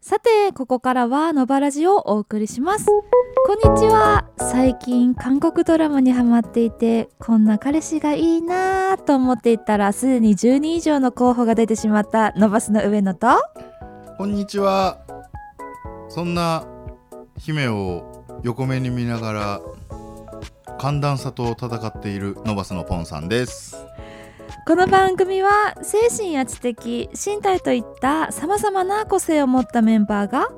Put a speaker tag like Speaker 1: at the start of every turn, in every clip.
Speaker 1: さてここからはのばラジをお送りしますこんにちは最近韓国ドラマにハマっていてこんな彼氏がいいなぁと思っていたらすでに10人以上の候補が出てしまったのばすの上野と
Speaker 2: こんにちは。そんな姫を横目に見ながら寒暖差と戦っているノバスのポンさんです。
Speaker 1: この番組は精神や知的身体といったさまざまな個性を持ったメンバーが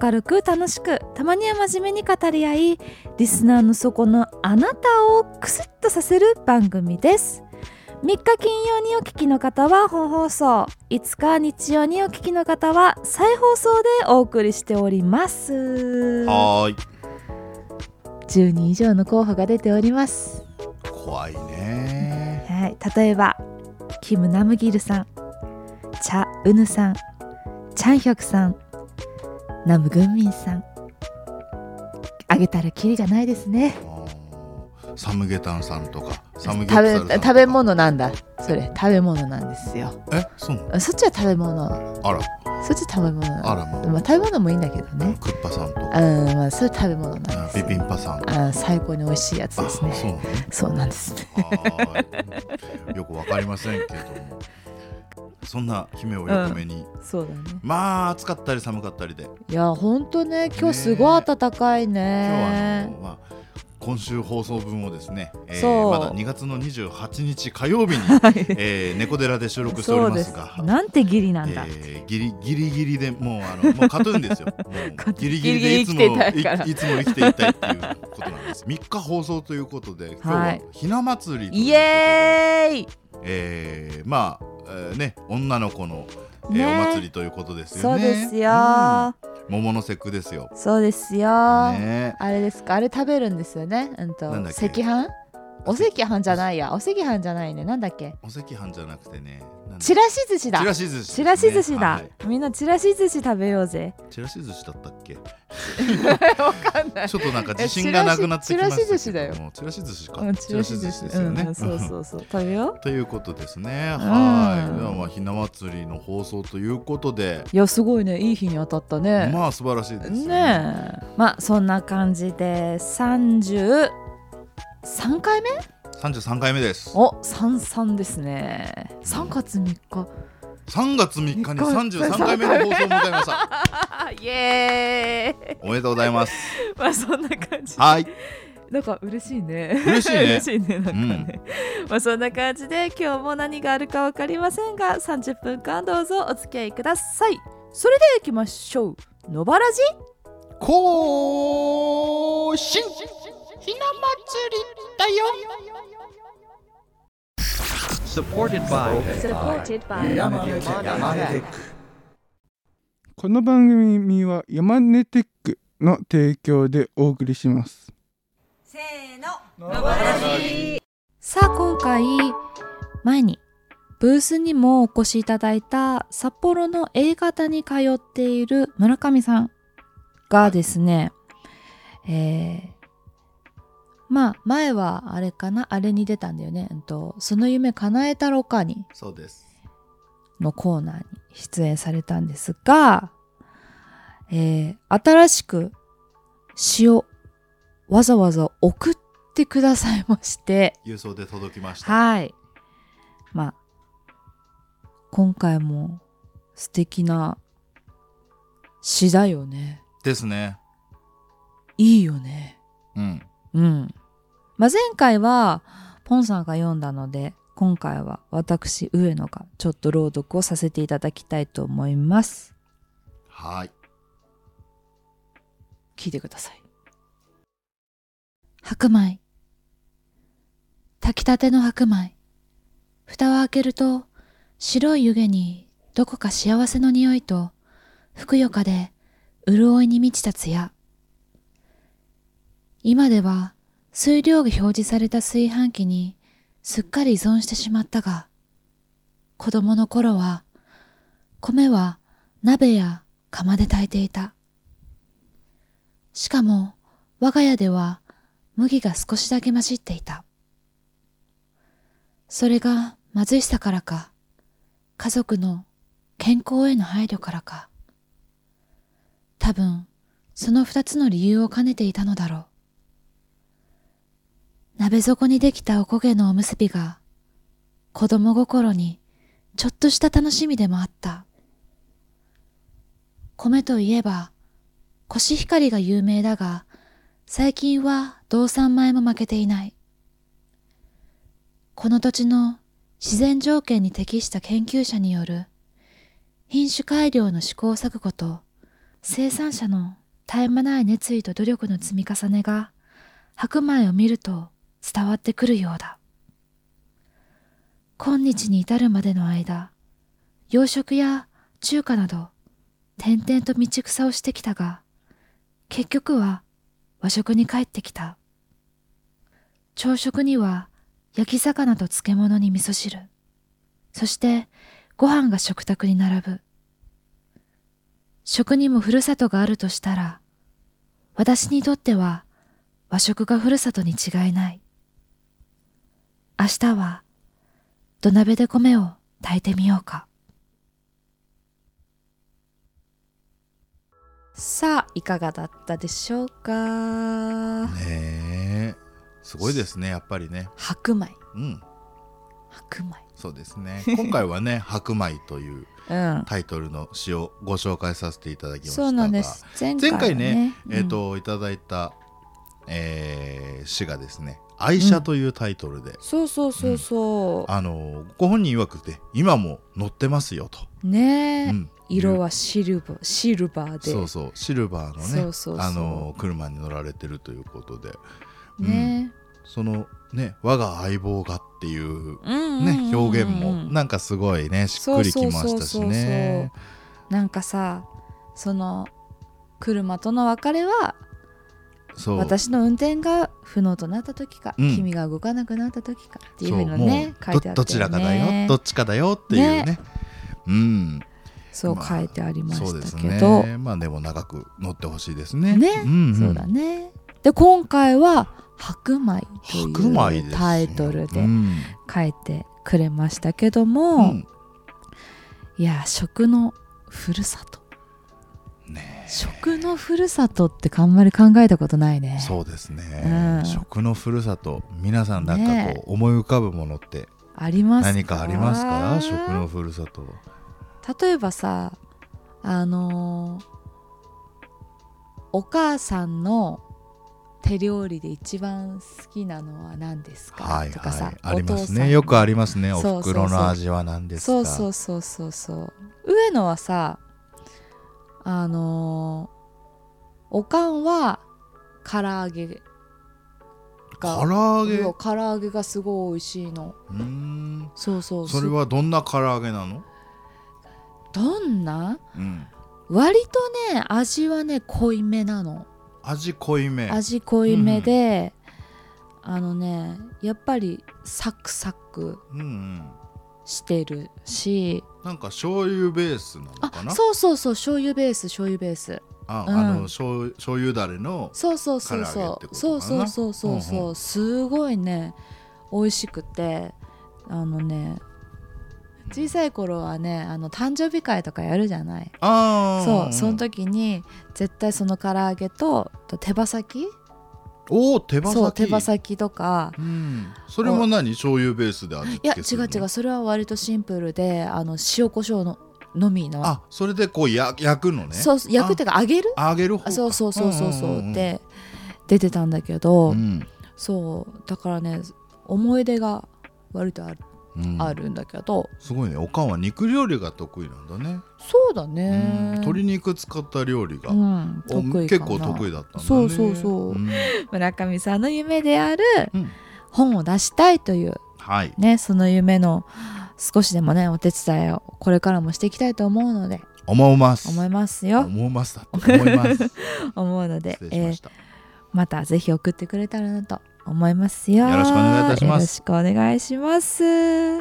Speaker 1: 明るく楽しくたまには真面目に語り合いリスナーの底のあなたをクスッとさせる番組です3日金曜にお聞きの方は本放送5日日曜にお聞きの方は再放送でお送りしております10
Speaker 2: はーい。
Speaker 1: 人以上の候補が出ております
Speaker 2: 怖いね。
Speaker 1: はい、例えばキム・ナムギルさんチャ・ウヌさんチャンヒョクさんナム・グンミンさんあげたらキリがないですね
Speaker 2: あーサムゲタンさんとかサムギ
Speaker 3: 食
Speaker 2: ョプサル
Speaker 3: べ
Speaker 2: さんとか
Speaker 3: 食べ物なんだそれ食べ物なんですよ
Speaker 2: えそうなの
Speaker 3: そっちは食べ物
Speaker 2: あら
Speaker 3: そっちは食べ物なんだ
Speaker 2: あらま
Speaker 3: まあ食べ物もいいんだけどね
Speaker 2: クッパさんと
Speaker 3: う
Speaker 2: か
Speaker 3: んまあそれ食べ物なん
Speaker 2: あ
Speaker 3: です
Speaker 2: ビビンパさんとか
Speaker 3: あ最高に美味しいやつ
Speaker 2: あ
Speaker 3: ですね
Speaker 2: そうなの
Speaker 3: そうなんですね
Speaker 2: はーいよくわかりませんけどもそんな姫を横目に、
Speaker 3: そうだね
Speaker 2: まあ暑かったり寒かったりで
Speaker 3: いやほんとね今日すごい暖かい
Speaker 2: 今日はあ
Speaker 3: ね
Speaker 2: の、まあ、今週放送分をですね、えー
Speaker 3: そう
Speaker 2: まだ2月の28日火曜日に、 えー、猫寺で収録してお
Speaker 1: そ
Speaker 2: り
Speaker 1: う
Speaker 2: ま
Speaker 1: ですす
Speaker 2: が。
Speaker 1: なんて義理なんだ、
Speaker 2: えー、ギリギリギリでもうあのもうカトゥー ンですよ。もうギリギリでいつも
Speaker 3: ギリギリ生きていたいから
Speaker 2: いいつも生きていたいっていうことなんです。3日放送ということで今日
Speaker 3: は
Speaker 2: はいひな祭りということで
Speaker 3: イエーイ
Speaker 2: えーまあ、えーね女の子の、えー
Speaker 1: ね
Speaker 2: お祭りということです
Speaker 1: そ
Speaker 2: よ
Speaker 1: う
Speaker 2: ね。
Speaker 1: ですよ、
Speaker 2: うん桃の節句ですよ。
Speaker 1: そうですよ、
Speaker 2: ね
Speaker 3: あれですかあれ食べるんですよねうんと
Speaker 2: なんだっけ
Speaker 3: 赤飯お赤飯じゃないやお赤飯じゃないねなんだっけ
Speaker 2: お赤飯じゃなくてね。なんだっけ
Speaker 3: ちらし寿司だ
Speaker 2: ちらし寿司、
Speaker 1: ちらし寿司だ、
Speaker 2: はい
Speaker 1: みんなちらし寿司食べようぜ
Speaker 2: ちらし寿司だったっけ。ち
Speaker 3: わかんない
Speaker 2: ょっとなんか自信がなくなってきましたけども。
Speaker 3: ちらし寿司だよ。
Speaker 2: ちらし寿司
Speaker 1: う
Speaker 2: か。
Speaker 1: ん
Speaker 2: ちらし寿司ですよ
Speaker 1: う
Speaker 2: ね
Speaker 1: ん。そう
Speaker 2: うん
Speaker 1: そうそう食べよ
Speaker 2: ということですね。は
Speaker 3: う
Speaker 2: い。
Speaker 3: ん
Speaker 2: ではまあひな祭りの放送ということで、
Speaker 3: いやすごいねいい日に当たったね、
Speaker 2: まあ素晴らしいですよね。
Speaker 3: ね
Speaker 1: うまあそんな感じで33回目
Speaker 2: 三十三回目です。
Speaker 3: お三三ですね三月三日
Speaker 2: 三月三日に
Speaker 3: 三
Speaker 2: 三十三回目の放送を迎えました。
Speaker 3: あイエーイ
Speaker 2: おめでとうございます。
Speaker 3: まあそんな感じ
Speaker 2: はい。
Speaker 3: なんか嬉しいね
Speaker 2: 嬉しいね
Speaker 3: 嬉しいねなんかね、まあそんな感じで今日も何があるかわかりませんが三十分間どうぞお付き合いくださいそれでは行きましょうのばらじ
Speaker 2: 更新。
Speaker 4: ひな祭りだよ
Speaker 5: supported by
Speaker 6: supported by
Speaker 7: この番組は山根テックの提供でお送りします。
Speaker 1: さあ今回前にブースにもお越しいただいた札幌の A 型に通っている村上さんがですね、えーまあ前はあれかなあれに出たんだよね、うんと、その夢叶えたろかに
Speaker 2: そうです。
Speaker 1: のコーナーに出演されたんですが、えー新しく詩をわざわざ送ってくださいまして、
Speaker 2: 郵送で届きました。
Speaker 1: はい。まあ、今回も素敵な詩だよね。
Speaker 2: ですね。
Speaker 1: いいよね。
Speaker 2: うん。
Speaker 1: うん。まあ、前回は、ポンさんが読んだので、今回は私、上野がちょっと朗読をさせていただきたいと思います。
Speaker 2: はい。
Speaker 1: 聞いてください白米炊きたての白米蓋を開けると白い湯気にどこか幸せの匂いとふくよかで潤いに満ちた艶今では水量が表示された炊飯器にすっかり依存してしまったが子供の頃は米は鍋や釜で炊いていたしかも、我が家では麦が少しだけ混じっていた。それが貧しさからか、家族の健康への配慮からか、
Speaker 4: 多分その二つの理由を兼ねていたのだろう鍋底にできたおこげのおむすびが子供心にちょっとした楽しみでもあった米といえばコシヒカリが有名だが最近は道産米も負けていないこの土地の自然条件に適した研究者による品種改良の試行錯誤と生産者の絶え間ない熱意と努力の積み重ねが白米を見ると伝わってくるようだ今日に至るまでの間洋食や中華など転々と道草をしてきたが結局は和食に帰ってきた朝食には焼き魚と漬物に味噌汁そしてご飯が食卓に並ぶ食にもふるさとがあるとしたら、私にとっては和食がふるさとに違いない。明日は土鍋で米を炊いてみようか。
Speaker 1: さあいかがだったでしょうか
Speaker 2: ねえすごいですねやっぱりね
Speaker 1: 白米
Speaker 2: うん
Speaker 1: 白米
Speaker 2: そうですね今回はね「白米」という
Speaker 1: うん
Speaker 2: タイトルの詩をご紹介させていただきました
Speaker 1: そ
Speaker 2: が
Speaker 1: うなんです前
Speaker 2: 前
Speaker 1: 回
Speaker 2: 回ね、
Speaker 1: は
Speaker 2: えっ、、といただいた、えー詩がですね「愛車」というタイトルで、
Speaker 1: うんそうそうそうそ
Speaker 2: あのご本人曰くて今も乗ってますよと、
Speaker 1: うねえ、
Speaker 2: うん
Speaker 1: 色はシルバーシルバーで
Speaker 2: そうそうシルバーのね
Speaker 1: そうそうそう
Speaker 2: あの車に乗られてるということで、うん
Speaker 1: ね
Speaker 2: そのね「我が相棒が」っていう
Speaker 1: え、うんうんうんうん
Speaker 2: ね、表現もなんかすごいねしっくりきましたしね。
Speaker 1: なんかさその車との別れは
Speaker 2: そう
Speaker 1: 私の運転が不能となった時か、
Speaker 2: うん
Speaker 1: 君が動かなくなった時かっていう
Speaker 2: そ
Speaker 1: ふう
Speaker 2: う
Speaker 1: の
Speaker 2: もう
Speaker 1: ね書いてあ
Speaker 2: ど
Speaker 1: った
Speaker 2: どちらかだ
Speaker 1: ね
Speaker 2: よどっちかだよっていうね
Speaker 1: ね
Speaker 2: うん
Speaker 1: そう
Speaker 2: まあ
Speaker 1: 書いてありま
Speaker 2: そうで
Speaker 1: し
Speaker 2: す
Speaker 1: たけど、
Speaker 2: ねまあでも長く乗ってほしいですね
Speaker 1: ね
Speaker 2: うんうん
Speaker 1: そうだねで今回は「白米」と
Speaker 2: 白米
Speaker 1: い
Speaker 2: です
Speaker 1: う
Speaker 2: よ
Speaker 1: タイトル
Speaker 2: う
Speaker 1: で
Speaker 2: ん
Speaker 1: 書いてくれましたけども、
Speaker 2: うん
Speaker 1: いや食のふるさと
Speaker 2: ね
Speaker 1: 食のふるさとってあんまり考えたことないね
Speaker 2: そうです
Speaker 1: う
Speaker 2: ね
Speaker 1: ん
Speaker 2: 食のふるさと皆さんなんか
Speaker 1: ね
Speaker 2: こう思い浮かぶものって
Speaker 1: あります
Speaker 2: 何かありますか食のふるさと
Speaker 1: 例えばさあのーお母さんの手料理で一番好きなのは何ですか、
Speaker 2: はい
Speaker 1: とか
Speaker 2: は
Speaker 1: さ
Speaker 2: いあります
Speaker 1: お父さん
Speaker 2: ねよくありますねお
Speaker 1: そうそうそう
Speaker 2: 袋の味は何ですか
Speaker 1: そうそうそうそうそう上野はさあのーおかんは唐揚げが
Speaker 2: 唐揚げ
Speaker 1: そう唐揚げがすごい美味しいの
Speaker 2: うん
Speaker 1: そうそう
Speaker 2: それはどんな唐揚げなの
Speaker 1: どんな
Speaker 2: うん
Speaker 1: 割とね味はね濃いめなの
Speaker 2: 味濃いめ
Speaker 1: 味濃いめで、あのねやっぱりサクサク
Speaker 2: うんうん
Speaker 1: してるし
Speaker 2: なんか醤油ベースなのかな
Speaker 1: あそうそうそう醤油ベース醤油ベース
Speaker 2: あ、
Speaker 1: うん
Speaker 2: あの醤油醤油だれの
Speaker 1: そうそうそう
Speaker 2: 唐揚げっ
Speaker 1: そ
Speaker 2: てこ
Speaker 1: う
Speaker 2: と
Speaker 1: そう
Speaker 2: か
Speaker 1: そう
Speaker 2: な
Speaker 1: そうそうそう、
Speaker 2: うんう
Speaker 1: すごいね美味しくてあのね小さい頃はねあの誕生日会とかやるじゃない
Speaker 2: あー
Speaker 1: そうその時に絶対その唐揚げとあと手羽先
Speaker 2: おお手羽先
Speaker 1: そう手羽先とか
Speaker 2: うんそれも何醤油ベースで味
Speaker 1: い
Speaker 2: 付
Speaker 1: や
Speaker 2: け
Speaker 1: 違
Speaker 2: す
Speaker 1: う
Speaker 2: るの
Speaker 1: 違うそれは割とシンプルであの塩コショウののみの
Speaker 2: あそれでこうや焼くのね
Speaker 1: そうそう焼くっていうか揚げる
Speaker 2: 揚げる方
Speaker 1: あ
Speaker 2: か
Speaker 1: そうそうそうそうそう
Speaker 2: うんんんん
Speaker 1: って出てたんだけど、
Speaker 2: うん
Speaker 1: そうだからね思い出が割とある,、
Speaker 2: うん
Speaker 1: あるんだけど
Speaker 2: すごいねおかんは肉料理が得意なんだね
Speaker 1: そうだ
Speaker 2: う
Speaker 1: ね
Speaker 2: ん、鶏肉使った料理が
Speaker 1: うん
Speaker 2: お
Speaker 1: 得意
Speaker 2: 結
Speaker 1: かな
Speaker 2: 構得意だったんだね
Speaker 1: そうそうそう
Speaker 2: うん
Speaker 1: 村上さんの夢である
Speaker 2: うん
Speaker 1: 本を出したいという
Speaker 2: はい
Speaker 1: ねその夢の少しでもねお手伝いをこれからもしていきたいと思うので
Speaker 2: 思います
Speaker 1: 思いますよ
Speaker 2: 思いますだって思います
Speaker 1: 思うの で
Speaker 2: 失礼し
Speaker 1: え
Speaker 2: ま
Speaker 1: ー
Speaker 2: した
Speaker 1: またぜひ送ってくれたらなと思いますよ
Speaker 2: よろしくお願いいたします
Speaker 1: よろしくお願いします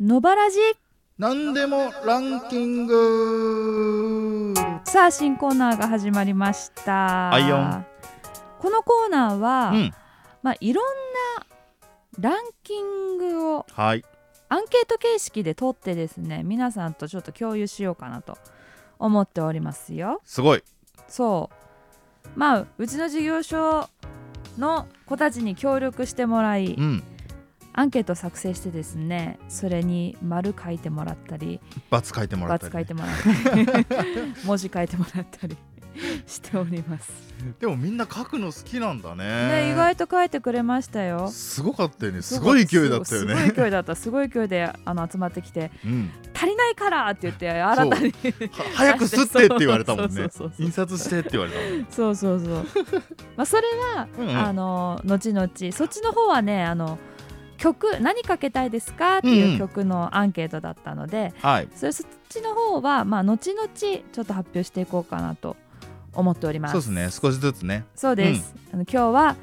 Speaker 1: 野ばらじ
Speaker 2: なんでもランキング
Speaker 1: さあ新コーナーが始まりました
Speaker 2: はいよ
Speaker 1: このコーナーは、
Speaker 2: うん
Speaker 1: まあいろんなランキングを
Speaker 2: はい
Speaker 1: アンケート形式で取ってですね皆さんとちょっと共有しようかなと思っておりますよ
Speaker 2: すごい
Speaker 1: そうまあうちの事業所の子たちに協力してもらい
Speaker 2: うん
Speaker 1: アンケート作成してですねそれに丸書いてもらったり
Speaker 2: 罰書いてもらった
Speaker 1: ×
Speaker 2: り
Speaker 1: 書
Speaker 2: ね、
Speaker 1: いてもらったり 文字書いてもらったり しております、
Speaker 2: でもみんな書くの好きなんだね
Speaker 1: ね、意外と書いてくれましたよ
Speaker 2: すごかったよねすごい勢いだったよ
Speaker 1: すごい
Speaker 2: ね
Speaker 1: 勢いだったすごい勢いであの集まってきて
Speaker 2: うん
Speaker 1: 「足りないから!」って言って新たに
Speaker 2: は早く吸ってって言われたもん
Speaker 1: そう
Speaker 2: ね
Speaker 1: そうそうそう
Speaker 2: 印刷してって言われたもんね
Speaker 1: そうそうそう まあそれは、
Speaker 2: うんうん
Speaker 1: あの後々そっちの方はねあの曲何かけたいですかって
Speaker 2: うん
Speaker 1: いううん曲のアンケートだったので、
Speaker 2: はい
Speaker 1: それそっちの方はまあ後々ちょっと発表していこうかなと思っております
Speaker 2: そうですね少しずつね
Speaker 1: そうです、あの今日は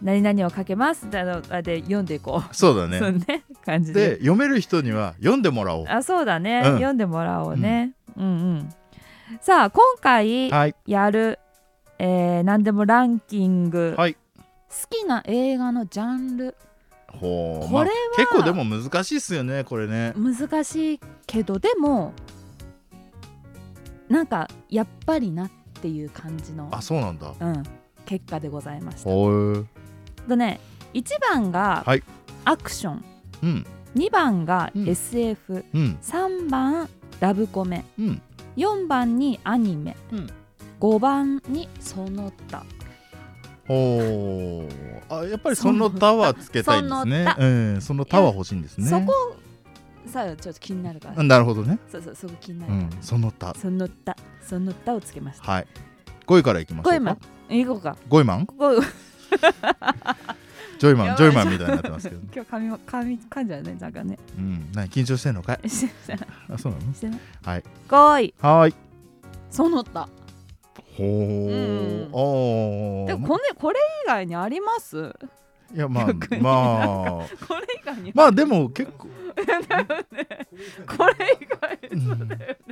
Speaker 1: 何々をかけますであのあで読んでいこう
Speaker 2: そうだ
Speaker 1: そう
Speaker 2: ね
Speaker 1: ね感じ
Speaker 2: で
Speaker 1: で
Speaker 2: 読める人には読んでもらおう
Speaker 1: あそうだね、
Speaker 2: うん
Speaker 1: 読んでもらおうね、うん、うんさあ今回
Speaker 2: はい
Speaker 1: やる、えー何でもランキング、
Speaker 2: はい
Speaker 8: 好きな映画のジャンル
Speaker 2: ほう
Speaker 1: これは
Speaker 2: あ結構でも難しいっすよねこれね
Speaker 8: 難しいけどでもなんかやっぱりなっていう感じの
Speaker 2: あ、そうなんだ
Speaker 8: うん、結果でございました。
Speaker 2: ほう
Speaker 1: とね1番が
Speaker 2: はい
Speaker 1: アクション、
Speaker 2: うん
Speaker 1: 2番が
Speaker 2: うん
Speaker 1: SF3
Speaker 2: うん
Speaker 1: 番ラブコメ
Speaker 2: うん
Speaker 1: 4番にアニメ、
Speaker 2: うん
Speaker 1: 5番にその他
Speaker 2: ほうあやっぱりその他はつけたいんですね
Speaker 8: そ
Speaker 2: うんその他は欲しいんですね
Speaker 8: そこさあちょっと気になるから、
Speaker 2: なるほどね
Speaker 8: そうそうそこ気にな
Speaker 2: う
Speaker 8: る
Speaker 2: ん
Speaker 8: か
Speaker 2: その他
Speaker 8: ら、その他その他をつけました。
Speaker 2: はい5位からいきましょ
Speaker 8: ゴ
Speaker 2: う
Speaker 8: イマ
Speaker 2: か
Speaker 8: ン行こうか。
Speaker 2: ゴイマン
Speaker 1: ここ
Speaker 2: ジョイマ
Speaker 1: やばい
Speaker 2: ンジョイマンみたいになってますけどね
Speaker 1: 今日髪も髪噛んじゃうねなんか ね
Speaker 2: うん何緊張してんのかいあそうなの
Speaker 1: してない
Speaker 2: はい
Speaker 1: 5位
Speaker 2: はーい
Speaker 8: その他
Speaker 2: ほうお
Speaker 1: でも
Speaker 2: ー
Speaker 1: これこれ以外にあります
Speaker 2: いやまあ
Speaker 1: 逆に
Speaker 2: まあ
Speaker 1: これ以外に
Speaker 2: まあでも結構
Speaker 1: これ以外そうだよね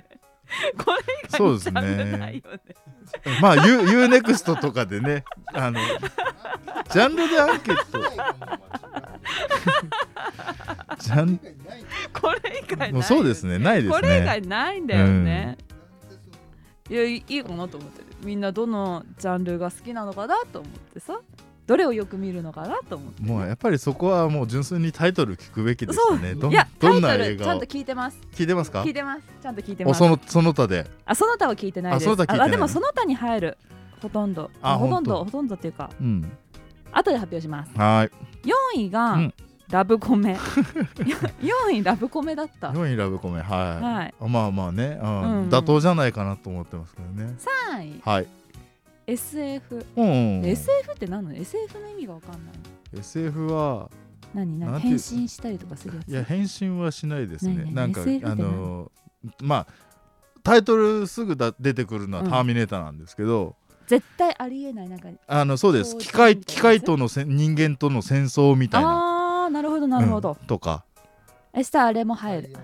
Speaker 1: これ以外
Speaker 2: そう
Speaker 1: に
Speaker 2: です
Speaker 1: ジャンルない
Speaker 2: ね
Speaker 1: よね
Speaker 2: まあ U- UNEXT とかでねあのジャンルでアンケート ジャン
Speaker 1: これ以外ないよね
Speaker 2: もうそうですねないで
Speaker 1: こ
Speaker 2: す
Speaker 1: れ以
Speaker 2: ね
Speaker 1: 外ないんだよね、いやいいかなと思ってるみんなどのジャンルが好きなのかなと思ってさどれをよく見るのかなと思って
Speaker 2: もうやっぱりそこはもう純粋にタイトル聞くべきですねどん
Speaker 1: いや
Speaker 2: ど
Speaker 1: タ
Speaker 2: ん
Speaker 1: イ
Speaker 2: な
Speaker 1: ト
Speaker 2: 映
Speaker 1: ルち
Speaker 2: 画
Speaker 1: ゃ
Speaker 2: を
Speaker 1: んと聞いてます
Speaker 2: 聞いてますか
Speaker 1: 聞いてますちゃんと聞いて
Speaker 2: お
Speaker 1: ます
Speaker 2: そのその他で
Speaker 1: あその他は聞いてないです
Speaker 2: あその他聞いてない
Speaker 1: あでもその他に入るほとんど
Speaker 2: あ
Speaker 1: ほとんど
Speaker 2: ほんと
Speaker 1: ほとんどっていうか
Speaker 2: うん
Speaker 8: 後で発表します。
Speaker 2: はーい
Speaker 1: 4位が、
Speaker 2: うん
Speaker 1: ラブコメ4位ラブコメだった
Speaker 2: 4位ラブコメはい、
Speaker 1: はい
Speaker 2: あまあまあね、うん
Speaker 1: うんうん
Speaker 2: 妥当じゃないかなと思ってますけどね
Speaker 8: はい。
Speaker 2: はい、
Speaker 8: SF。
Speaker 2: うんうんうん、
Speaker 8: SF って何なの ?SF の意味がわかんない。
Speaker 2: SF は
Speaker 8: 何
Speaker 2: なん
Speaker 8: 何
Speaker 2: て
Speaker 8: 変身したりとかするやつ。
Speaker 2: いや返信はしないですね
Speaker 8: ないない
Speaker 2: なんか
Speaker 8: SF
Speaker 2: あ
Speaker 8: って何
Speaker 2: のまあタイトルすぐだ出てくるのは「ターミネーター」なんですけど、
Speaker 8: 絶対ありえないなんか。
Speaker 2: あのそうです
Speaker 8: そう
Speaker 2: 機械
Speaker 8: そう
Speaker 2: 機械とのせん人間との戦争みたいな
Speaker 8: ああなるほどなるほど。
Speaker 2: うんとか
Speaker 8: えしたらあれも入る。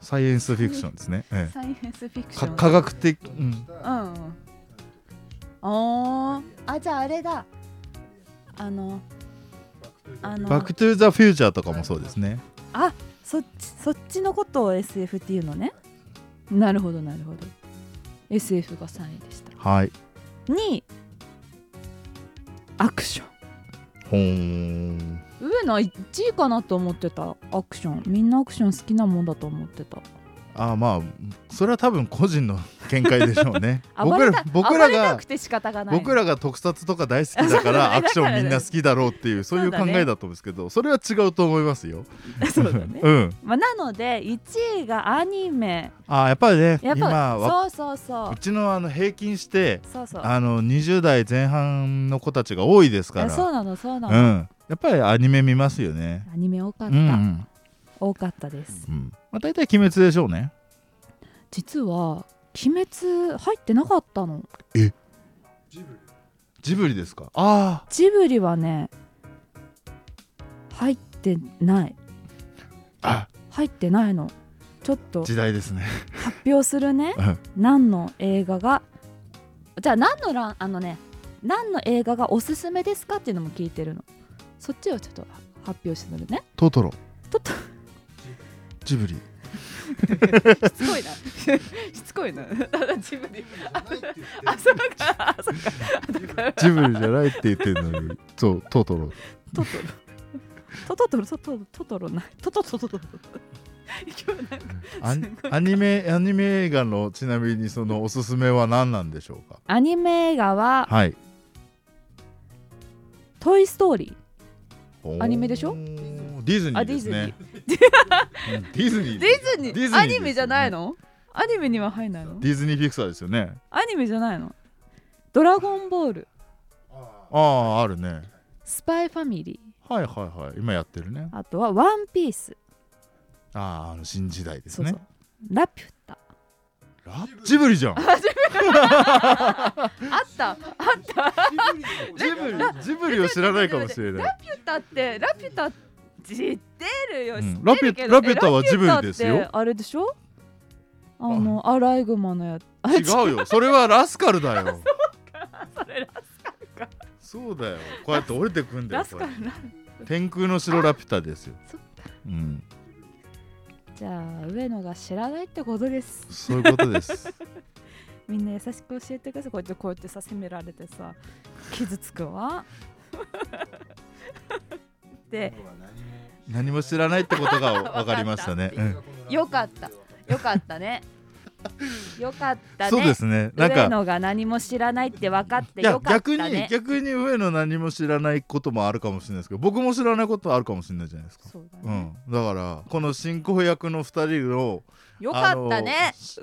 Speaker 2: サイエンスフィクションですね、ええ
Speaker 8: サイエンスフィクシ
Speaker 2: か
Speaker 8: ョン。
Speaker 2: 科学的、うん、
Speaker 8: うんうん。あーあじゃああれだ。あの。あの
Speaker 2: バック・トゥ・ザ・フューチャーとかもそうですね
Speaker 1: そっちそっちのことを SF っていうのね
Speaker 8: なるほどなるほど。SF が3位でした。
Speaker 2: はい
Speaker 1: にアクション
Speaker 2: ほーん
Speaker 8: 上の1位かなと思ってたアクションみんなアクション好きなもんだと思ってた
Speaker 2: あーまあそれは多分個人の見解でしょうね
Speaker 8: 暴
Speaker 2: 僕
Speaker 8: れ
Speaker 2: ら
Speaker 8: た
Speaker 2: 僕ら
Speaker 8: 暴れた
Speaker 2: が
Speaker 8: くて仕方がない
Speaker 2: 僕らが特撮とか大好きだからアクションみんな好きだろうっていうそういう
Speaker 1: そうだ
Speaker 2: 考
Speaker 1: ね
Speaker 2: えだと思うんですけどそれは違うと思いますよ。
Speaker 1: そうだね
Speaker 2: うん、
Speaker 1: まあ、なので1位がアニメ
Speaker 2: あーやっぱりね
Speaker 1: やっ
Speaker 2: 今
Speaker 1: ぱそ
Speaker 2: は
Speaker 1: うそうそう
Speaker 2: うちのあの平均して
Speaker 1: そうそう
Speaker 2: あの20代前半の子たちが多いですか
Speaker 1: あ
Speaker 2: ら
Speaker 1: そうなのそうな
Speaker 2: う
Speaker 1: の、
Speaker 2: ん、やっぱりアニメ見ますよね。
Speaker 8: アニメ多かっ
Speaker 2: う
Speaker 8: た、
Speaker 2: んうん
Speaker 1: 多かったです
Speaker 2: うんまあ、大体鬼滅でしょうね。
Speaker 8: 実は鬼滅入ってなかったの
Speaker 2: ジブリですかあ
Speaker 1: ジブリはね入ってない
Speaker 2: あ
Speaker 1: 入ってないのちょっと
Speaker 2: あ時代ですね。
Speaker 1: 発表するね
Speaker 2: うん
Speaker 1: 何の映画が
Speaker 8: じゃあ何の ランあのね何の映画がおすすめですかっていうのも聞いてるのそっちをちょっと発表してたのね
Speaker 2: トトロ
Speaker 8: トトロ
Speaker 2: ジブリ
Speaker 8: しつこいな しつこいな 自分であそうかあそうか
Speaker 2: ジブリじゃないって言ってるのにそうトトロ
Speaker 8: トトロトトロトトロトトロないトトトトトト今日なんか
Speaker 2: アニ アニメアニメ映画のちなみにそのおすすめは何なんでしょうか
Speaker 8: アニメ映画は
Speaker 2: はい
Speaker 8: 「トイ・ストーリー」
Speaker 2: おー
Speaker 8: アニメでしょ
Speaker 2: ディズニーですねうんディズニー
Speaker 8: ディズニー
Speaker 2: ディズニーですよね
Speaker 8: アニメじゃないのアニメには入んないの
Speaker 2: ディズニーピクサーですよね
Speaker 8: アニメじゃないのドラゴンボール
Speaker 2: あああるね
Speaker 8: スパイファミリー
Speaker 2: はいはいはい今やってるね
Speaker 8: あとはワンピース
Speaker 2: あああの新時代です
Speaker 8: そう
Speaker 2: ね
Speaker 8: そうラピュタ
Speaker 2: ラジブリじゃん
Speaker 8: あった
Speaker 2: ジブリジブリを知らないかもしれない
Speaker 8: ラピュタってラピュタ知ってるよ、
Speaker 2: うん
Speaker 8: 知ってるけど
Speaker 2: ラピュラピュタはジブリですよ
Speaker 8: えラピュタってあれでしょあのアライグマのやつあ
Speaker 2: 違うよそれはラスカルだよ
Speaker 8: それラ
Speaker 2: そうだよこうやって降りてくんだよ
Speaker 8: ラス
Speaker 2: こ
Speaker 8: カ
Speaker 2: れ
Speaker 8: ルな
Speaker 2: 天空の城ラピュタですよ
Speaker 8: そっ
Speaker 2: うん
Speaker 8: じゃあ上野が知らないってことです
Speaker 2: そういうこと です
Speaker 8: みんな優しく教えてくださいこうやってこうやってさ責められて さ傷つくわで
Speaker 2: 何も知らないってことが分かりましたね。うん
Speaker 8: よかったよかったねよかったね
Speaker 2: そうですね。なん
Speaker 8: 上
Speaker 2: か
Speaker 8: 野が何も知らないって分かって
Speaker 2: い
Speaker 8: よ
Speaker 2: や
Speaker 8: かっ
Speaker 2: 逆
Speaker 8: た
Speaker 2: に
Speaker 8: ね
Speaker 2: 逆に上の何も知らないこともあるかもしれないですけど、僕も知らないことあるかもしれないじゃないですか。
Speaker 8: そうだね
Speaker 2: うん。だからこの進行役の二人を
Speaker 8: よかったね、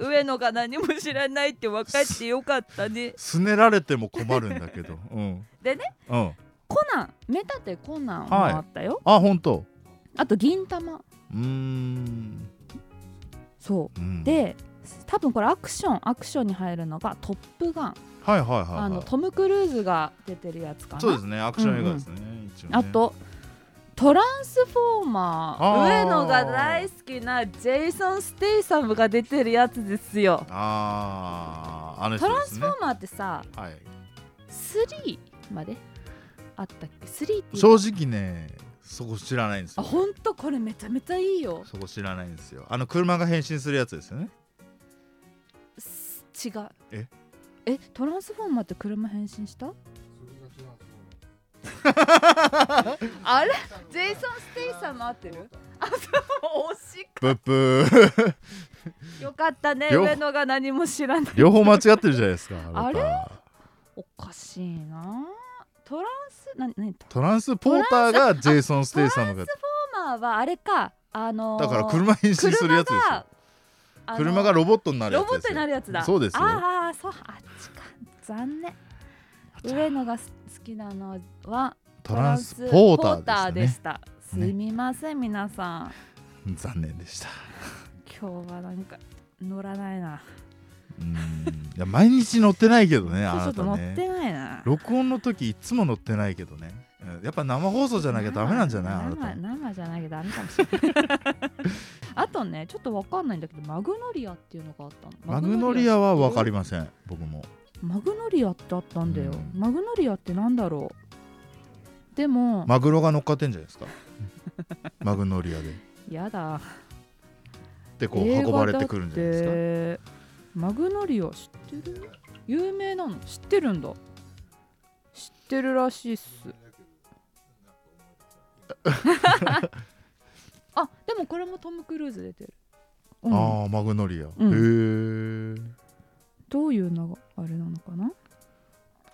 Speaker 2: あ
Speaker 8: 上野が何も知らないって分かってよかったね
Speaker 2: すねられても困るんだけ ど。うん。
Speaker 8: でね
Speaker 2: うん。
Speaker 8: コナン目立てコナンも
Speaker 2: はい
Speaker 8: あったよ、
Speaker 2: あ本当。
Speaker 8: あと銀玉
Speaker 2: うーん。
Speaker 8: そ
Speaker 2: うん
Speaker 8: う、で多分これアクションアクションに入るのが「トップガン」
Speaker 2: はいはいはいはい、
Speaker 8: あのトム・クルーズが出てるやつかな
Speaker 2: そうですね。アクション映画ですね。一応ね
Speaker 8: あと「トランスフォーマー
Speaker 2: あ」ー
Speaker 8: 上野が大好きなジェイソン・ステイサムが出てるやつですよ
Speaker 2: あああの人
Speaker 8: トラ
Speaker 2: で
Speaker 8: ン
Speaker 2: すね
Speaker 8: スフォ。ーマーってさ
Speaker 2: はい。
Speaker 8: 3まであったっけ3っていう
Speaker 2: 正直ねそこ知らないんです
Speaker 8: あ
Speaker 2: よ
Speaker 8: ほんとこれめちゃめちゃいいよ
Speaker 2: そこ知らないんですよあの車が変身するやつですよね
Speaker 8: す違う
Speaker 2: え
Speaker 8: えトランスフォーマーって車変身したあれジェイソン・ステイサム合ってるあそう惜し
Speaker 2: ブッブー
Speaker 8: くよかったね
Speaker 2: 両
Speaker 8: 上野が何も知らない
Speaker 2: 両方間違ってるじゃないですか
Speaker 8: あれ
Speaker 2: なた
Speaker 8: おかしいなトランスな何ト
Speaker 2: トランスポーターがジェイソン・ステイサムが
Speaker 8: ランスフォーマーはあれかあのー、
Speaker 2: だから車変身するやつですよ
Speaker 8: 車があのー
Speaker 2: 車がロボットになるや
Speaker 8: ロ
Speaker 2: つ
Speaker 8: ボッ
Speaker 2: ですよ
Speaker 8: トになるやつだ
Speaker 2: そうですよ
Speaker 8: ああそうあっちか残念上野が好きなのは
Speaker 2: トランスポーター
Speaker 8: トラ
Speaker 2: で
Speaker 8: ン
Speaker 2: し
Speaker 8: スポーター
Speaker 2: ね
Speaker 8: でした、すみません皆さん
Speaker 2: たね残念でした
Speaker 8: 今日はなんか乗らないな
Speaker 2: うーんいや毎日乗ってないけどねあ
Speaker 8: ちょ
Speaker 2: な
Speaker 8: っと
Speaker 2: た
Speaker 8: 乗っ
Speaker 2: ね
Speaker 8: てないな
Speaker 2: 録音の時いつも乗ってないけどねうんやっぱ生放送じゃなきゃダメなんじゃないあな
Speaker 8: 生
Speaker 2: た
Speaker 8: 生じゃなきゃダメかもしれないあとねちょっとわかんないんだけどマグノリアっていうのがあったの
Speaker 2: マグノリアは分かりません僕も
Speaker 8: マグノリアってあったんだよ、
Speaker 2: うん
Speaker 8: マグノリアってなんだろうでも、
Speaker 2: マグロが乗っかってんじゃない ですかマグノリアで
Speaker 8: やだ
Speaker 2: でこう運ばれてくるんじゃないですか
Speaker 8: 映画だってマグノリア知ってる有名なの知ってるんだ知ってるらしいっす あでもこれもトム・クルーズ出てる、うん、
Speaker 2: ああマグノリア、へえ
Speaker 8: どういうのがあれなのかな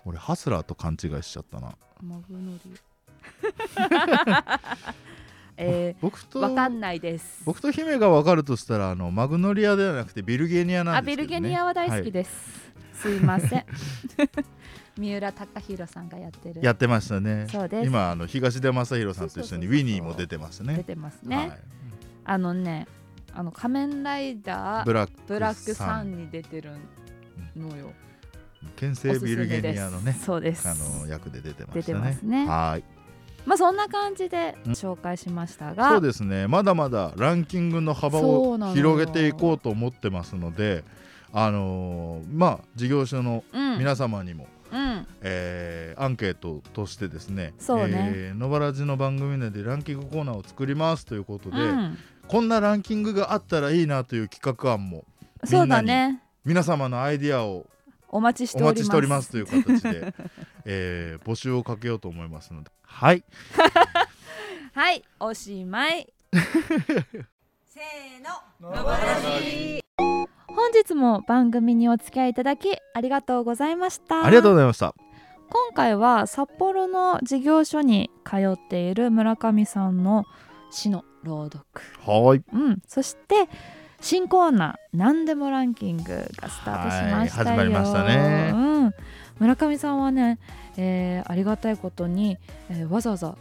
Speaker 2: 俺ハスラーと勘違いしちゃったな
Speaker 8: マグノ リアえ
Speaker 2: 僕
Speaker 8: ー、
Speaker 2: と
Speaker 8: わかんないです
Speaker 2: 僕と姫が分かるとしたらあのマグノリアではなくてビルゲニアな
Speaker 8: あ
Speaker 2: んで
Speaker 8: ビ
Speaker 2: す
Speaker 8: ル
Speaker 2: けど、ね、
Speaker 8: ゲニアは大好き
Speaker 2: で、
Speaker 8: です、すいません 三浦貴大さんがやってる
Speaker 2: やってましたね
Speaker 8: そうです
Speaker 2: 今あの東出正宏さんと一緒にウ
Speaker 8: そうそうそうそう
Speaker 2: ィニーも出てました
Speaker 8: 出
Speaker 2: ね
Speaker 8: てますね、
Speaker 2: はい
Speaker 8: あのね、あの仮面ライダ
Speaker 2: ブ
Speaker 8: ー
Speaker 2: ラック
Speaker 8: ブラックさんに出てるのよ。
Speaker 2: 牽
Speaker 8: お
Speaker 2: 制
Speaker 8: すすめ
Speaker 2: ビルゲ
Speaker 8: で
Speaker 2: ニ
Speaker 8: す
Speaker 2: アのね
Speaker 8: そうです。
Speaker 2: あの役で出てま
Speaker 8: 出
Speaker 2: してた
Speaker 8: ま
Speaker 2: ね
Speaker 8: すね。
Speaker 2: はい
Speaker 8: まあそんな感じで
Speaker 2: うん
Speaker 8: 紹介しましたが、
Speaker 2: そうですねまだまだランキングの幅
Speaker 8: そう
Speaker 2: を
Speaker 8: なのよ
Speaker 2: 広げていこうと思ってますのであのーまあ事業所の
Speaker 8: うん、
Speaker 2: 皆様にも、
Speaker 8: ううん
Speaker 2: えーアンケートとしてですね
Speaker 4: そうね
Speaker 2: えー野原寺の番組内でランキングコーナーを作りますということで、
Speaker 8: うん
Speaker 2: こんなランキングがあったらいいなという企画案も
Speaker 4: そうだね
Speaker 2: 皆様のアイディアを
Speaker 4: お待ちして
Speaker 2: お
Speaker 4: おります
Speaker 2: 待ちしておりますという形で、 えー募集をかけようと思いますのではい
Speaker 4: はいおしまいせーの本日も番組にお付き合いいただきありがとうございました
Speaker 2: ありがとうございました
Speaker 4: 今回は札幌の事業所に通っている村上さんの詩の朗読、
Speaker 2: はい
Speaker 4: うん、そして新コーナー「何でもランキング」がスタートしました
Speaker 2: はい始
Speaker 4: よ
Speaker 2: まりましたね
Speaker 4: うん、村上さんはね、えーありがたいことに、えーわざわざ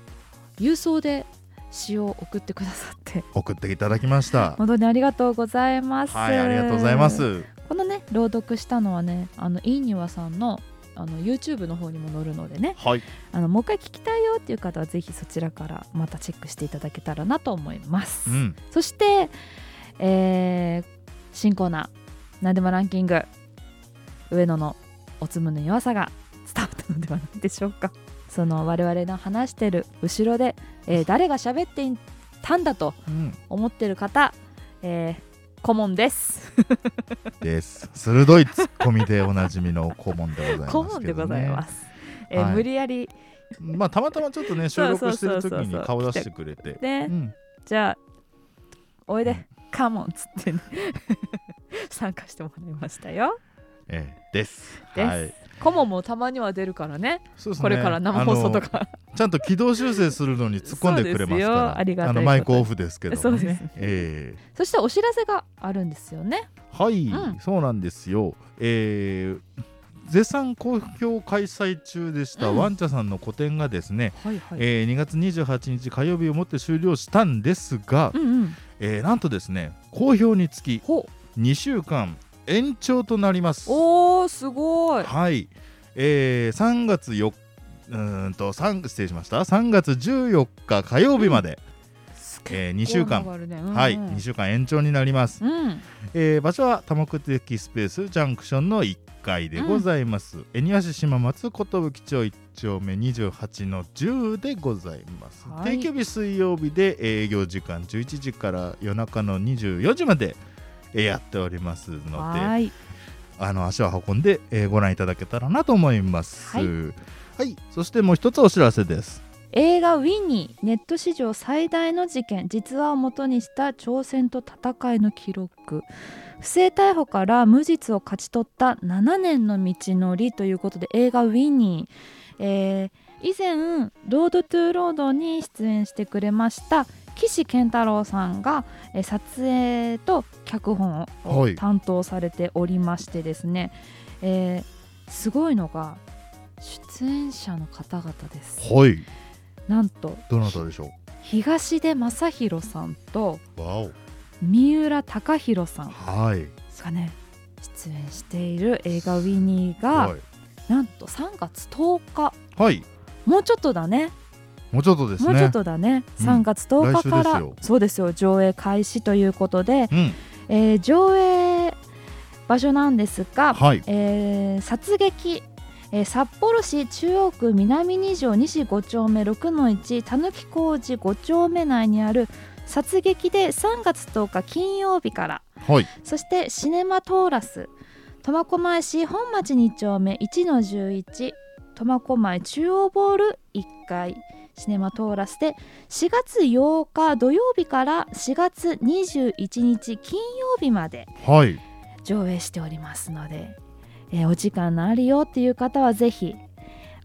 Speaker 4: 郵送で詩を送ってくださって
Speaker 2: 送っていただきました
Speaker 4: 本当にありがとうございます。
Speaker 2: はいありがとうございます
Speaker 4: このね朗読したのはねあのいいにわさんのあの YouTube の方にも載るのでね
Speaker 2: はい
Speaker 4: あのもう一回聞きたいよっていう方はぜひそちらからまたチェックしていただけたらなと思います、
Speaker 2: うん
Speaker 4: そして、えー新コーナー「何でもランキング」上野のおつむの弱さが伝わったのではないでしょうかその我々の話してる後ろで、えー誰が喋っていたんだと
Speaker 2: うん
Speaker 4: 思ってる方、えー顧問です
Speaker 2: です鋭いツッコミでおなじみの顧問でございますけど、ね、
Speaker 4: 顧問でございます、えー
Speaker 2: はい
Speaker 4: 無理やり
Speaker 2: まあたまたまちょっとね収録してる時
Speaker 4: そうそうそうそ
Speaker 2: に
Speaker 4: う
Speaker 2: 顔出してくれて
Speaker 4: ね、
Speaker 2: うん
Speaker 4: じゃあおいでカモンっつっ てね参加してもらいましたよ。
Speaker 2: ええです
Speaker 4: です
Speaker 2: はい
Speaker 8: コモもたまには出るからね
Speaker 2: そうですね
Speaker 4: これから生放送とか、
Speaker 2: ちゃんと軌道修正するのに突っ込んでくれますか
Speaker 4: そうです
Speaker 2: ら
Speaker 4: よありがたい
Speaker 2: のマイクオフですけど
Speaker 4: そう
Speaker 2: も
Speaker 4: です
Speaker 2: ね
Speaker 4: ね。
Speaker 2: ええ
Speaker 4: そしてお知らせがあるんですよね。
Speaker 2: はい、
Speaker 4: うん
Speaker 2: そうなんですよええ絶賛好評開催中でした、
Speaker 4: うん
Speaker 2: ワンチャさんの個展がですね、
Speaker 8: はいは
Speaker 2: えー、2月28日火曜日をもって終了したんですが、
Speaker 4: うんうん。
Speaker 2: えーなんとですね好評につき
Speaker 4: ほ
Speaker 2: 2週間延長となります
Speaker 8: おーすごい
Speaker 2: はい、えー、3月4うーんと3失礼しました3月14日火曜日まで、えー、2週間
Speaker 8: こういうのがあるねうん
Speaker 2: はい2週間延長になります、
Speaker 8: うん
Speaker 2: えー場所は多目的スペースジャンクションの1階でございます、恵庭市島松寿町1丁目28の10でございます、
Speaker 8: はい
Speaker 2: 定休日水曜日でえー営業時間11時から夜中の24時までえーやっておりますので
Speaker 4: はい。
Speaker 2: あの足を運んで、えーご覧いただけたらなと思います。
Speaker 4: は
Speaker 2: はいい、そしてもう一つお知らせです。
Speaker 4: 映画「ウィニー」ネット史上最大の事件実話をもとにした挑戦と戦いの記録不正逮捕から無実を勝ち取った7年の道のりということで映画「ウィニー」えー以前「ロード・トゥ・ロード」に出演してくれました岸健太郎さんが、えー撮影と脚本を
Speaker 2: はい
Speaker 4: 担当されておりましてですね、えーすごいのが出演者の方々です。
Speaker 2: はい、
Speaker 4: なんと
Speaker 2: どなたでしょ
Speaker 4: 東出昌大さんと
Speaker 2: う。わお。
Speaker 4: 三浦貴大さん
Speaker 2: はい。
Speaker 4: がね出演している映画「ウィニーが」
Speaker 2: は
Speaker 4: なんと3月10日
Speaker 2: い。はい。
Speaker 4: もうちょっとだね
Speaker 2: もうちょっとですね。
Speaker 4: もうちょっとだね
Speaker 2: うん
Speaker 4: 3月10日から、
Speaker 2: 来週ですよ
Speaker 4: そうですよ上映開始ということで、
Speaker 2: うん。
Speaker 4: えー上映場所なんですが、
Speaker 2: はい。
Speaker 4: えー殺撃、えー札幌市中央区南2条西5丁目6の1たぬき工事5丁目内にある殺撃で3月10日金曜日から
Speaker 2: はい。
Speaker 4: そしてシネマトーラス苫小牧市本町2丁目1の11苫小牧中央ボール1階シネマトーラスで4月8日土曜日から4月21日金曜日まで
Speaker 2: はい。
Speaker 4: 上映しておりますので、えーお時間のあるよっていう方はぜひ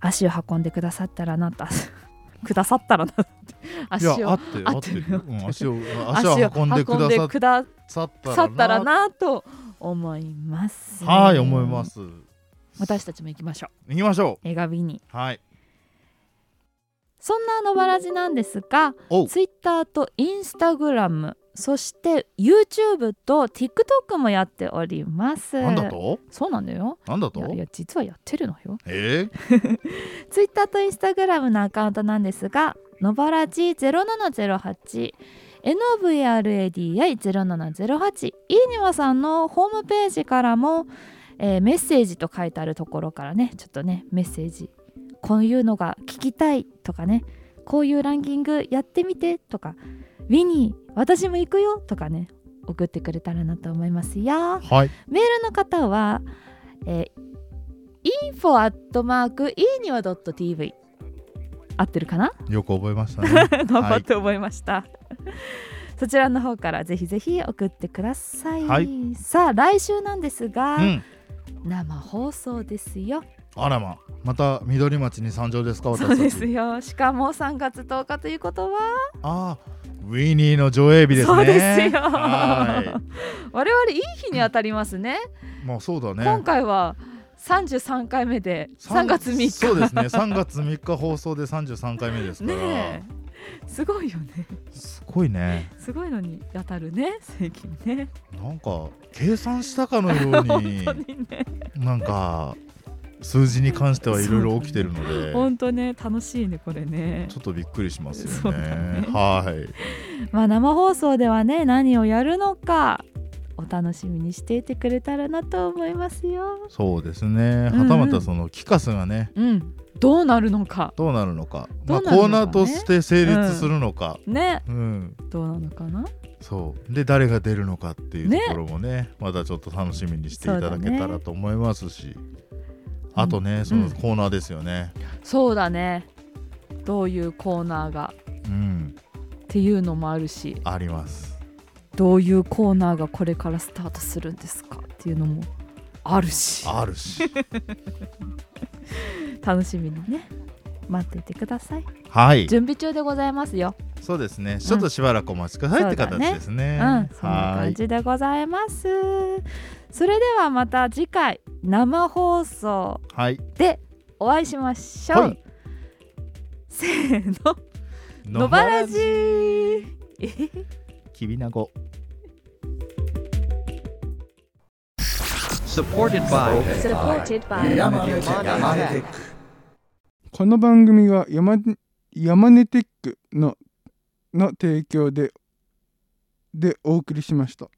Speaker 4: 足を運んでくださったらなと くださったらなって
Speaker 2: い
Speaker 4: 足
Speaker 2: や、あ
Speaker 4: を
Speaker 2: ってる。
Speaker 4: 合
Speaker 2: あ
Speaker 4: っ
Speaker 2: ってて
Speaker 4: る
Speaker 2: る。うん、足 を、足を運んでくだ
Speaker 4: 運んでくだ
Speaker 2: さったら
Speaker 4: さ
Speaker 2: な。
Speaker 4: ったらなと思います
Speaker 2: はい、思います。
Speaker 4: 私たちも行きましょ
Speaker 2: 行きましょ
Speaker 4: う映画見に
Speaker 2: う。はい。
Speaker 4: そんな野ばらじなんですが
Speaker 2: おう。
Speaker 4: ツイッターとインスタグラムそして YouTube と TikTok もやっております
Speaker 2: なんだと。
Speaker 4: そうなんだよ
Speaker 2: なんだ
Speaker 4: い
Speaker 2: と
Speaker 4: や。いや実はやってるのよ
Speaker 2: ええ。
Speaker 4: ツイッターとインスタグラムのアカウントなんですが、のばらじ0708、NOVRADI0708、いいにわさんのホームページからも、えーメッセージと書いてあるところからねちょっとねメッセージこういうのが聞きたいとかねこういうランキングやってみてとかウィニー私も行くよとかね送ってくれたらなと思いますよ
Speaker 2: はい
Speaker 4: メールの方は、え
Speaker 8: インフォアットマークいいには .tv
Speaker 4: 合ってるかな
Speaker 2: よく覚えましたね
Speaker 4: 頑張って覚えました、 そちらの方からぜひぜひ送ってください、
Speaker 2: はい
Speaker 4: さあ来週なんですが、
Speaker 2: うん
Speaker 4: 生放送ですよ
Speaker 2: あらままた緑町に参上ですか私
Speaker 4: そうで
Speaker 2: た
Speaker 4: す
Speaker 2: ち
Speaker 4: よしかも3月10日ということは
Speaker 2: ああウィニーの上映日ですね
Speaker 4: そうですよ
Speaker 2: は
Speaker 8: 我々いい日に当たりますね
Speaker 2: いもうそうだね
Speaker 8: 今回は33回目で
Speaker 2: 三
Speaker 8: 3月3日
Speaker 2: そうですね3月3日放送で33回目ですから、
Speaker 8: ねえすごいよね
Speaker 2: すごいね
Speaker 8: すごいのに当たるね最近ね
Speaker 2: なんか計算したかのよう になんか数字に関してはいろいろ起きてるので、
Speaker 8: 本当ね楽しいねこれね
Speaker 2: ちょっとびっくりします
Speaker 8: そ
Speaker 2: よ
Speaker 8: うだ
Speaker 2: ね
Speaker 8: ね
Speaker 2: はい
Speaker 4: まあ生放送ではね何をやるのかお楽しみにしていてくれたらなと思いますよ
Speaker 2: そうですね
Speaker 4: う
Speaker 2: は
Speaker 4: んうん
Speaker 2: たまたそのキカスがね
Speaker 8: うんどうなるのか
Speaker 2: どうなるのか
Speaker 8: どう
Speaker 2: まあ、
Speaker 8: なるのかね
Speaker 2: コーナーとして成立するのか、
Speaker 8: ね
Speaker 2: うん
Speaker 8: どうなのかな
Speaker 2: そうで誰が出るのかっていうと
Speaker 8: ね
Speaker 2: ころもねまたちょっと楽しみにしていただけた
Speaker 4: そうだ
Speaker 2: ら
Speaker 4: ね
Speaker 2: と思いますし、あとねそのコーナーですよね、
Speaker 8: そうだねどういうコーナーが
Speaker 2: うん、
Speaker 8: っていうのもあるし
Speaker 2: あります
Speaker 8: どういうコーナーがこれからスタートするんですかっていうのもあるし
Speaker 2: あるし
Speaker 4: 楽しみにね待っていてください
Speaker 2: はい
Speaker 8: 準備中でございますよ
Speaker 2: そうですねちょっとしばらくお待ちくださいって形ですね,、
Speaker 4: うん、そんな
Speaker 2: は
Speaker 4: 感
Speaker 2: い
Speaker 4: じでございますそれではまた次回生放送
Speaker 2: はい
Speaker 4: でお会いしましょう、
Speaker 2: はい
Speaker 4: せーの
Speaker 2: 野
Speaker 4: 野ばらじー
Speaker 2: きびなご
Speaker 5: Supported by
Speaker 6: Supported by
Speaker 7: この番組は山山根テックのの提供ででお送りしました。